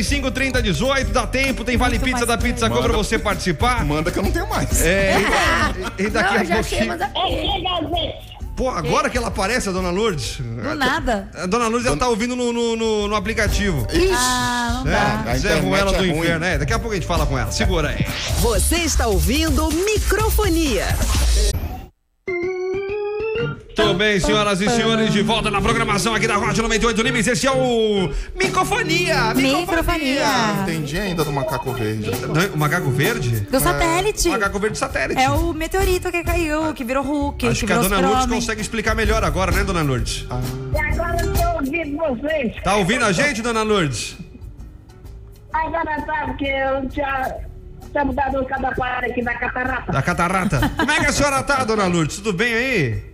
S5: 98-835-3018. Dá tempo, tem Vale
S6: Muito
S5: Pizza
S6: mais
S5: da
S6: por aí.
S5: Pizza Co pra você participar.
S7: Manda que eu não tenho mais.
S5: É, e, e
S4: Não,
S5: daqui
S7: um
S4: eu
S5: a
S4: já achei,
S5: pouquinho.
S4: mas aqui.
S5: Pô, agora que ela aparece, a dona Lourdes.
S6: Do nada.
S5: A dona Lourdes, ela tá ouvindo no, no, no- no aplicativo.
S7: Ixi.
S6: Ah, não dá.
S7: Ah, a
S5: É, Zé
S7: internet
S5: Ruela
S7: é
S5: do
S7: ruim.
S5: Inferno, é. Daqui a pouco a gente fala com ela. Segura aí.
S3: Você está ouvindo Microfonia.
S5: Muito bem, senhoras e senhores, de volta na programação aqui da Rote 98 Nimes. Esse é o Microfonia.
S6: Microfonia.
S7: Ah, entendi ainda do macaco verde.
S5: Do- O macaco verde?
S6: Do satélite.
S5: O macaco verde do satélite.
S6: É o meteorito que caiu, que virou Hulk,
S5: Acho
S6: que
S5: que a
S6: virou
S5: dona Lourdes
S6: super-homem.
S5: consegue explicar melhor agora, né, dona Lourdes?
S13: E agora eu tô ouvindo vocês.
S5: Tá ouvindo a gente, dona Lourdes?
S13: Agora sabe que eu já estamos dando cada parada aqui na catarata.
S5: Da catarata. Como é que a senhora tá, dona Lourdes? Tudo bem aí?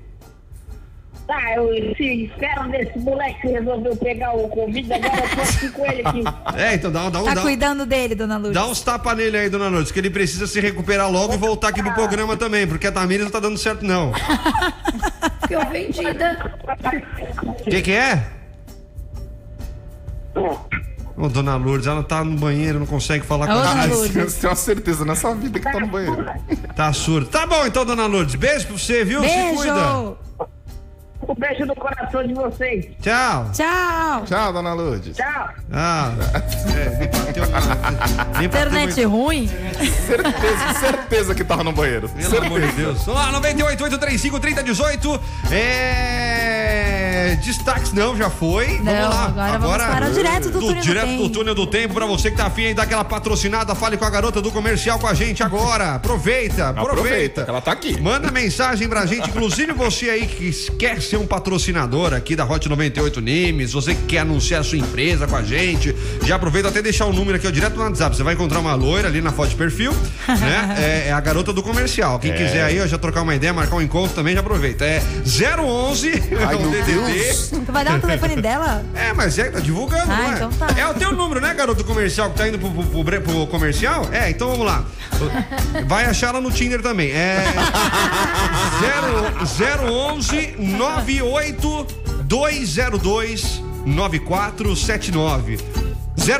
S13: Tá, eu esse inferno desse moleque que resolveu pegar o Covid, agora eu tô aqui com ele aqui.
S5: É, então dá, dá, um-
S6: Tá
S5: dá, um-
S6: cuidando dele, dona Lourdes.
S5: dá uns tapas nele aí, dona Lourdes, que ele precisa se recuperar logo e voltar aqui pro programa também, porque a Tamires não tá dando certo, não.
S4: Fiquei ofendida.
S5: O que, que é? Ô, dona Lourdes, ela tá no banheiro, não consegue falar com
S7: Ah,
S5: a
S7: você tem uma certeza nessa vida que tá no banheiro.
S5: Tá surdo. Tá bom então, dona Lourdes. Beijo pra você, viu? Se cuida.
S13: Um beijo no coração de vocês.
S5: Tchau. Tá
S6: Tchau.
S7: Tchau, dona Lourdes.
S13: Tchau.
S5: Ah, é, nem bateu. nem bateu
S6: Internet
S5: muito.
S6: ruim?
S7: Certeza, certeza que tava no banheiro.
S5: Pelo amor de Deus. Vamos lá, 988353018. É. Destaques não, já foi.
S6: Não,
S5: vamos lá.
S6: agora vamos para o Direto do Túnel do
S5: Direto
S6: Tempo.
S5: Túnel do Tempo. Pra você que tá afim aí daquela patrocinada, fale com a garota do comercial com a gente agora. Aproveita, aproveita.
S7: Aproveita, que ela tá aqui.
S5: Manda mensagem pra gente, inclusive você aí que quer ser um patrocinador aqui da Hot 98 Nimes, você que quer anunciar a sua empresa com a gente, já aproveita até deixar o número aqui, ó, direto no WhatsApp. Você vai encontrar uma loira ali na foto de perfil, né? É, é a garota do comercial. Quem
S7: É.
S5: quiser aí, ó, já trocar uma ideia, marcar um encontro também, já aproveita. É 011
S7: Ai,
S5: é o
S7: meu
S5: DDD.
S7: Deus.
S6: Tu vai dar o telefone dela?
S5: É, mas é, tá divulgando,
S6: Ah,
S5: não é?
S6: então tá.
S5: É o teu número, né, garoto comercial que tá indo pro, pro- pro bre- pro comercial? É, então vamos lá. Vai achar ela no Tinder também. É. 0, 011 98 202 9479.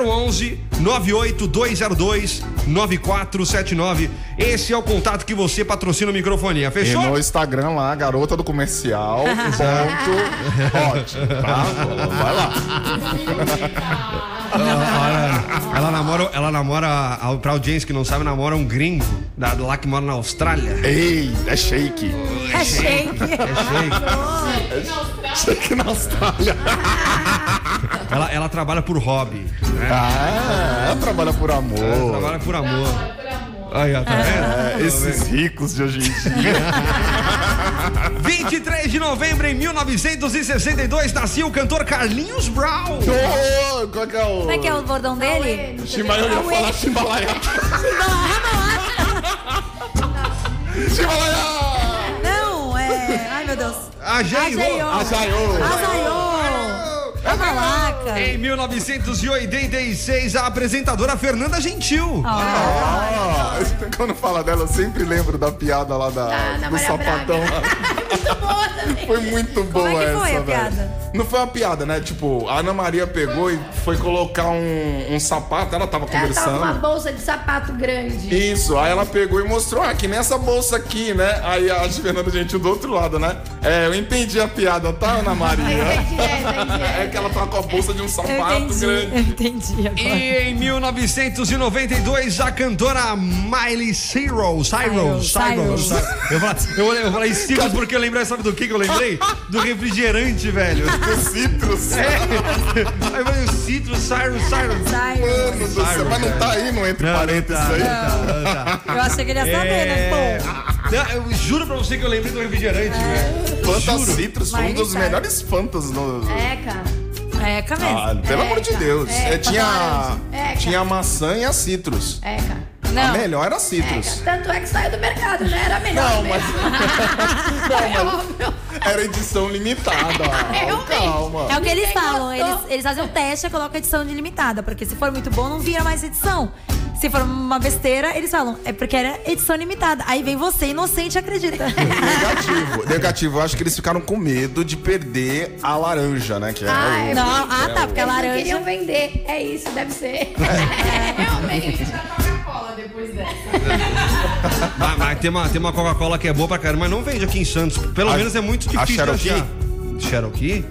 S5: 011 98202 9479. Esse é o contato que você patrocina o microfonia.
S7: E
S5: Fechou?
S7: no Instagram lá, garota do comercial. ponto hot, tá? Vai lá.
S5: Ela, ela namora, ela namora a- pra audiência que não sabe, namora um gringo da- lá que mora na Austrália.
S7: Ei, é shake.
S6: É shake.
S5: É shake.
S7: Shake na Austrália.
S5: Ela, ela trabalha por hobby. né?
S7: Ah, ela trabalha por
S5: Ela
S7: amor.
S5: trabalha por amor. Aí, ó, tá vendo?
S7: É, esses ricos de hoje em dia.
S5: 23 de novembro em 1962 nasceu o cantor Carlinhos Brown.
S7: Ô, qual que é o...
S6: Como é que é o bordão dele?
S7: Chimba- eu ia falar Chimbalaya. Chimbalaya!
S6: Não, é. Ai, meu Deus.
S5: Ajeiou.
S7: Azaiô.
S6: Azaiô. A malaca.
S5: Em 1986, a apresentadora Fernanda Gentil.
S7: Ah, Quando fala dela, eu sempre lembro da piada lá da,
S4: Da Ana
S7: do
S4: Maria
S7: sapatão. Foi muito boa
S6: é que
S7: essa,
S6: foi a
S7: velho.
S6: piada?
S7: Não foi uma piada, né? Tipo, a Ana Maria pegou e foi colocar um, um sapato, ela tava
S4: Ela tava com
S7: conversando.
S4: uma bolsa de sapato grande.
S7: Isso, aí ela pegou e mostrou, ah, que nessa bolsa aqui, né? Aí a Fernanda Gentil do outro lado, né? É, eu entendi a piada, tá, Ana Maria?
S4: Entendi, entendi.
S7: É que ela tava com a bolsa de um
S6: Eu
S7: sapato
S6: entendi.
S7: grande.
S6: Eu entendi agora.
S5: E em 1992, a cantora Miley Cyrus, Cyrus, Cyrus,
S6: Cyrus.
S5: Cyrus. Eu falei, eu, eu falei Cyrus porque eu lembrei, sabe do que que eu lembrei? Do refrigerante, velho.
S7: Citrus.
S5: É. Aí eu falei, Citrus, Cyrus, Cyrus.
S6: Saiu.
S7: Mano do céu,
S5: Cyrus,
S7: mas não tá aí no entre parênteses
S5: tá,
S7: aí.
S6: Eu achei que ele ia saber, né?
S7: É.
S6: Bom.
S5: É.
S6: É.
S5: Não, eu juro pra você que eu lembrei do refrigerante, velho.
S7: Fantas
S5: Juro.
S7: Citrus, foi um
S6: Miley
S7: dos
S6: Cyrus.
S7: melhores Fantas no.
S4: É, cara.
S6: Eca mesmo.
S7: Ah, pelo amor de Deus. É, tinha,
S4: É,
S7: tinha a maçã e a Citrus.
S4: É, cara.
S7: A
S6: não.
S7: tá melhor era a
S4: É,
S7: Citrus.
S4: cara. Tanto é que saiu do mercado, né? Era melhor.
S7: Não,
S4: mesmo. É óbvio.
S7: Era edição limitada.
S4: Realmente.
S7: Calma.
S6: É o que eles
S4: Ninguém
S6: falam.
S4: gostou.
S6: Eles, eles fazem um teste e colocam edição ilimitada. Porque se for muito bom, não vira mais edição. Se for uma besteira, eles falam, é porque era edição limitada. Aí vem você, inocente, e acredita.
S7: Negativo, negativo. Eu acho que eles ficaram com medo de perder a laranja, né? Que é
S4: Ah,
S7: o-
S4: é
S6: não, ah tá, porque é
S4: Eles não
S6: laranja.
S4: queriam vender. É isso, deve ser. Realmente.
S5: Mas, mas tem uma, tem uma Coca-Cola que é boa pra caramba, mas não vende aqui em Santos. Pelo
S7: A-
S5: menos é muito
S7: a
S5: difícil de
S7: Cherokee?
S5: achar. Cherokee?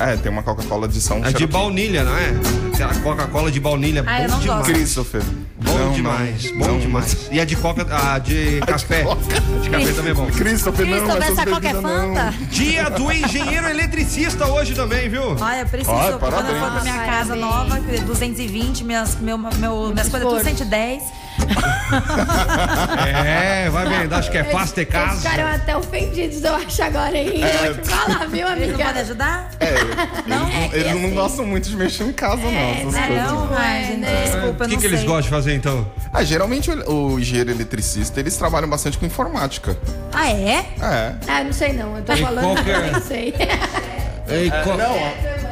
S7: é, tem uma Coca-Cola de São
S5: É de
S7: Cherokee.
S5: baunilha, não é? Aquela Coca-Cola de baunilha.
S6: Ah, eu
S5: bom
S6: não
S5: demais.
S6: gosto.
S7: Christopher.
S5: Bom
S7: Não,
S5: demais,
S7: não.
S5: bom
S7: Não,
S5: demais. E a de coca, a de café. A de café também é bom.
S7: Christopher, não,
S6: Christopher,
S7: essas
S6: essa Coca é
S7: bebidas
S6: Fanta?
S7: não.
S5: Dia do engenheiro eletricista hoje também, viu?
S6: Olha, preciso.
S5: Olha,
S6: quando eu for pra
S5: parabéns.
S6: minha casa nova, que é 220, minhas, meu, meu, minhas coisas tudo
S4: esforço.
S6: 110.
S5: É, vai vendo, acho que é fácil ter É.
S4: Eles
S5: casa.
S4: ficaram até ofendidos, eu acho, agora, hein? Eu vou te falar, viu,
S6: Eles não
S4: amiga?
S6: podem ajudar?
S7: É, Eles, não, é eles não gostam muito de mexer em casa, é, não. essas coisas.
S6: Não, ai, gente,
S5: O
S6: desculpa, eu
S5: É. que,
S6: não
S5: que eles
S6: sei.
S5: gostam de fazer então?
S7: Ah, geralmente o, o engenheiro eletricista, eles trabalham bastante com informática.
S6: Ah, é?
S7: É.
S4: Ah, eu não sei não, eu tô
S7: E
S4: falando,
S7: qual
S4: mas
S7: que
S4: eu
S7: é?
S4: nem sei.
S7: É, não,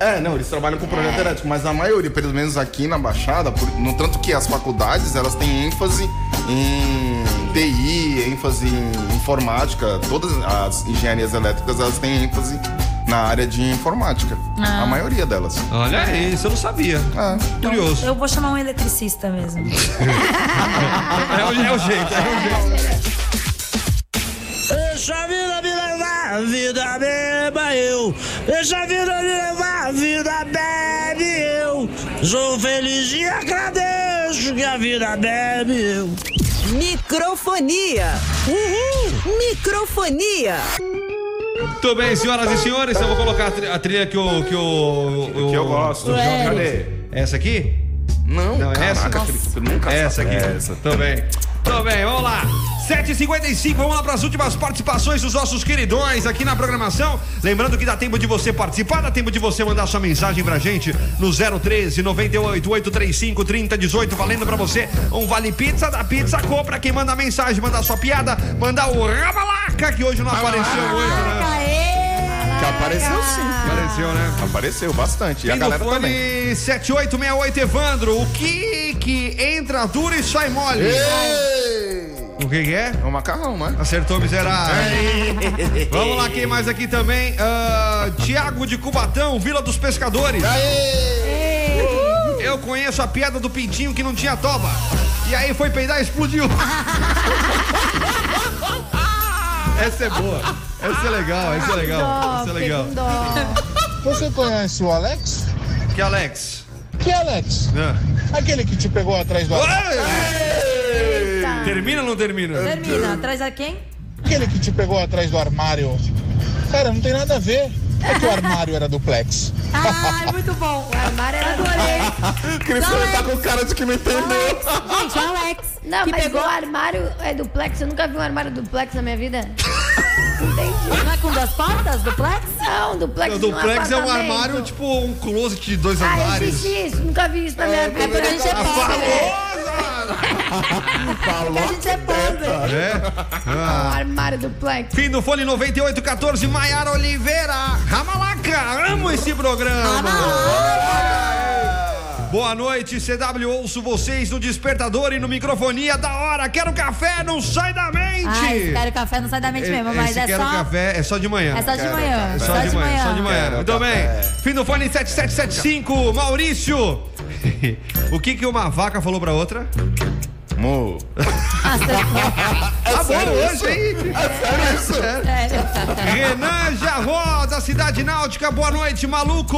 S7: é, não, eles trabalham com projeto elétrico, mas a maioria, pelo menos aqui na Baixada, por- no tanto que as faculdades, elas têm ênfase em TI, ênfase em informática, todas as engenharias elétricas, elas têm ênfase na área de informática,
S6: Ah.
S7: a maioria delas. É.
S5: Olha aí, isso eu não sabia. Tá Curioso.
S6: Eu vou chamar um eletricista mesmo.
S5: É o, é o jeito, é o jeito.
S1: Deixa a vida me levar, a vida beba eu. Deixa a vida me levar, a vida bebe eu. Sou feliz e agradeço que a vida bebe eu.
S3: Microfonia. Uhul. Microfonia.
S5: Muito bem, senhoras e senhores, então eu vou colocar a tri- a trilha que eu. Que eu, que eu gosto.
S7: Ué.
S5: Cadê? Essa aqui?
S7: Não,
S5: Não, é essa?
S7: caraca, Felipe, tu nunca
S5: Essa
S7: sabe É
S5: aqui.
S7: essa.
S5: Tô bem. Tô bem, vamos lá. 7h55, vamos lá para as últimas participações dos nossos queridões aqui na programação. Lembrando que dá tempo de você participar, dá tempo de você mandar sua mensagem pra gente no 013 98 835 3018, valendo pra você um vale pizza da pizza Co pra quem manda mensagem, mandar sua piada, mandar o rabalaca que hoje não apareceu hoje, né?
S7: Que apareceu sim.
S5: Apareceu, né?
S7: Apareceu bastante. E a galera também.
S5: Fone 7868 Evandro, o que que entra duro e sai mole?
S7: Ei!
S5: O que, que é?
S7: É um macarrão, né?
S5: Acertou, miserável. Vamos lá, quem mais aqui também? Ah, Tiago de Cubatão, Vila dos Pescadores. Eu conheço a piada do pintinho que não tinha toba. E aí foi peidar e explodiu. essa é boa. Essa é legal, essa é legal. Essa é legal.
S14: Você conhece o Alex?
S5: Que Alex?
S14: Que Alex?
S5: Né?
S14: Aquele que te pegou atrás do
S5: Termina ou não termina?
S6: Termina, atrás a quem?
S14: Aquele que te pegou atrás do armário. Cara, não tem nada a ver. É que o armário era duplex.
S6: Ah, muito bom. O armário era adorei.
S7: Cristiano
S4: é.
S7: tá com cara de que não entendeu.
S6: Gente, o Alex.
S4: Não,
S6: que
S4: mas
S6: pegou
S4: o armário é duplex, eu nunca vi um armário duplex na minha vida. Entendi.
S6: Não é com duas portas? Duplex?
S4: Não, duplex
S5: O
S4: não
S5: duplex é um
S4: apartamento.
S5: armário, tipo um closet de dois
S4: Ah,
S5: andares.
S4: existe isso, nunca vi isso na minha vida.
S6: porque a gente é pobre,
S4: Porque a gente é pobre.
S5: É? Ah.
S4: Armário duplex.
S5: Fim do fone 9814, Maiara Oliveira. Ramalaca, amo esse programa. Boa noite, CW. Ouço vocês no despertador e no microfonia da hora. Quero café, não sai da mente.
S6: Ai, quero café, não sai da mente é mesmo,
S5: Esse
S6: mas é
S5: quero
S6: só.
S5: café é só de manhã.
S6: É só de
S5: Quero café.
S6: manhã, só de manhã.
S5: Só de manhã.
S7: Quero
S5: Muito
S7: café.
S5: bem. Fim do fone 7775, Maurício. o que que uma vaca falou pra outra?
S7: Mo.
S4: Ah,
S7: É
S5: Tá bom
S7: sério isso?
S5: hoje, hein?
S7: sério isso?
S6: É.
S5: Renan Jarró, da Cidade Náutica, boa noite, malucos!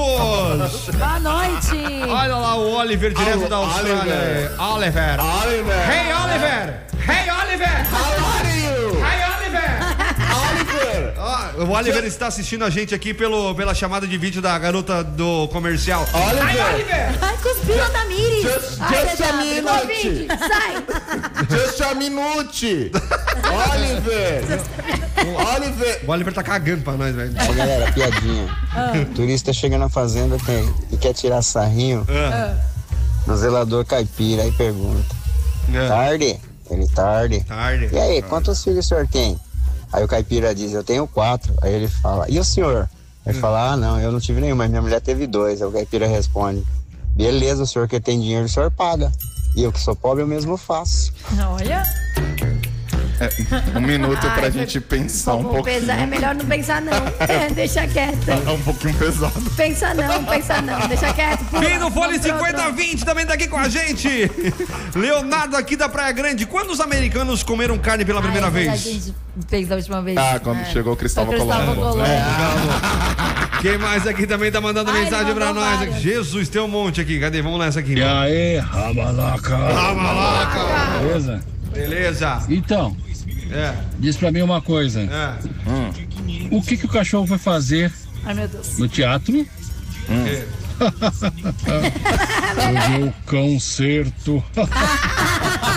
S6: Boa noite.
S5: Olha lá o Oliver, direto
S7: Al-
S5: da Austrália.
S7: Oliver.
S5: Oliver.
S15: Ah.
S7: Oliver.
S5: Hey, Oliver! Hey, Oliver! Ah, O Oliver está assistindo a gente aqui pelo, pela chamada de vídeo da garota do comercial.
S15: Ah.
S5: Hi, Oliver!
S6: Ai, cuspiu a Tamires.
S7: Just-
S6: Ai,
S7: just
S6: CW,
S7: a minute.
S6: ouvinte, Sai.
S7: Just a minute. Oliver. Oliver.
S5: O Oliver tá cagando pra nós, velho.
S15: Ô galera, piadinha. Turista chega na fazenda tem- e quer tirar sarrinho
S5: Ah.
S15: do zelador caipira e pergunta: Tarde? Ele tarde.
S5: Ah. Tarde.
S15: E aí, quantos filhos o senhor tem? Aí o caipira diz: Eu tenho quatro. Aí ele fala: E o senhor? Aí fala: Ah, não, eu não tive nenhum, mas minha mulher teve dois. Aí o caipira responde: Beleza, o senhor que tem dinheiro, o senhor paga. E eu que sou pobre, eu mesmo faço.
S6: Olha.
S7: É, um minuto pra
S4: Ai,
S7: gente pensar um
S4: Vou
S7: pouquinho.
S4: pesar- é melhor não pensar não. É, deixa quieto.
S7: É um pouquinho pesado.
S4: Pensa não, pensa não. Deixa quieto. pula.
S5: Vem no Fone
S4: Vamos pro outro.
S5: 5020 também tá aqui com a gente. Leonardo aqui da Praia Grande. Quando os americanos comeram carne pela primeira
S6: Ai, é mas
S5: vez?
S6: A gente fez da última vez.
S7: Ah, quando
S6: É.
S4: Tá
S7: chegou o Cristóvão
S5: É.
S6: Foi o Cristóvão
S7: Colombo.
S6: Colombo.
S7: É.
S5: Quem mais aqui também tá mandando
S16: Ai, ele
S5: mensagem pra
S16: mandou
S5: nós?
S16: várias.
S5: Jesus, tem um monte aqui. Cadê? Vamos lá essa aqui.
S16: E aí, rabalaca?
S5: Rabalaca!
S16: Beleza?
S5: Beleza. É,
S16: Então, diz pra mim uma coisa. Hum. O que, que o cachorro foi fazer
S6: Ai, meu Deus.
S16: no teatro? Fazer o concerto.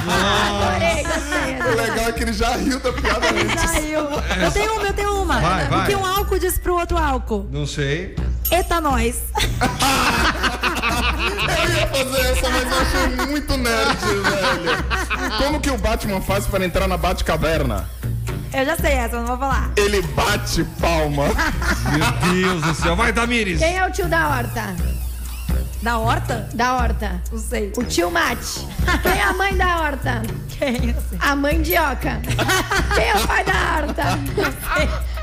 S6: Adorei, gostei.
S7: O legal é que ele já riu da piada
S6: Ele já riu.
S5: É.
S6: Eu tenho uma, eu tenho uma.
S5: Vai, vai.
S6: O que um álcool diz pro outro álcool?
S5: Não sei.
S6: Eita, nós.
S7: Eu ia fazer essa, mas eu achei muito nerd, velho. Como que o Batman faz para entrar na Batcaverna?
S6: Eu já sei essa, eu não vou falar.
S7: Ele bate palma.
S5: Meu Deus do céu. Vai, Tamires.
S4: Quem é o tio da horta?
S6: Da horta?
S4: Da horta.
S6: Não sei.
S4: O tio Mate. Quem é a mãe da horta?
S6: Quem?
S4: A mandioca. Quem é o pai da horta?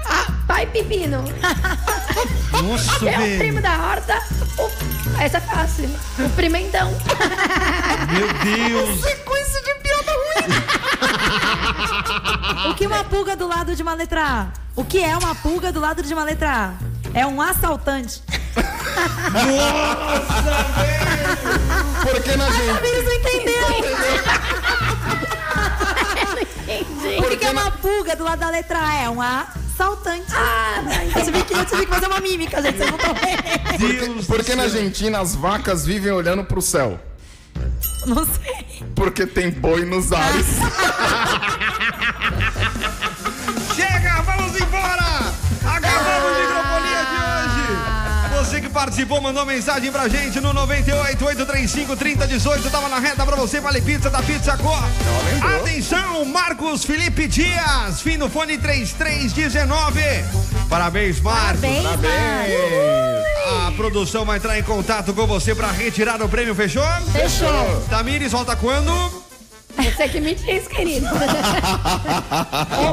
S4: A- pai Pepino.
S5: Nossa,
S4: Quem é o
S5: velho.
S4: primo da horta? O- essa é fácil. O pimentão.
S5: Meu Deus.
S6: Sequência de piada
S5: Ah,
S6: ruim. o que
S5: é.
S6: uma pulga do lado de uma letra A? O que é uma pulga do lado de uma letra A? É um assaltante.
S7: Nossa, velho! Porque na
S6: A
S7: gente.
S6: Tamires não entendeu.
S4: Entendi.
S6: O que, que é uma pulga do lado da letra A? É um assaltante. Ah, eu tive que, eu tive que fazer uma mímica, gente. Vocês não estão vendo.
S7: Porque, porque na Argentina as vacas vivem olhando pro céu.
S6: Não sei.
S7: Porque tem boi nos ares.
S5: Chega, vamos embora! Acabamos de microfonia de hoje! Você que participou, mandou mensagem pra gente no 98 835 3018. Tava na reta pra você, vale pizza da Pizza Cor. Atenção, Marcos Felipe Dias, fim do fone 3319. Parabéns, Marcos.
S6: Parabéns,
S7: Ah,
S5: Parabéns. A produção vai entrar em contato com você pra retirar o prêmio, fechou?
S4: Fechou.
S5: Tamires, volta quando?
S4: Você que me diz, querido.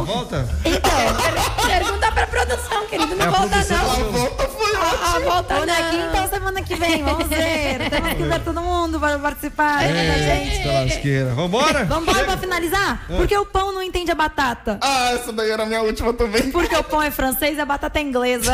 S5: Volta?
S4: Então, per- pergunta pra produção, querido. Não
S5: É, a
S4: volta,
S5: produção-
S4: não.
S5: A volta
S7: foi
S4: A, a volta né?
S6: Ou na
S4: não.
S6: quinta ou então, semana que vem, vamos ver. Temos que ver todo mundo vai participar.
S5: É.
S6: né, gente?
S5: Eita lasqueira. Vambora?
S6: Vambora pra finalizar?
S5: Ah.
S6: Porque o pão não entende a batata.
S7: Ah, essa daí era a minha última também.
S6: Porque o pão é francês e a batata é inglesa.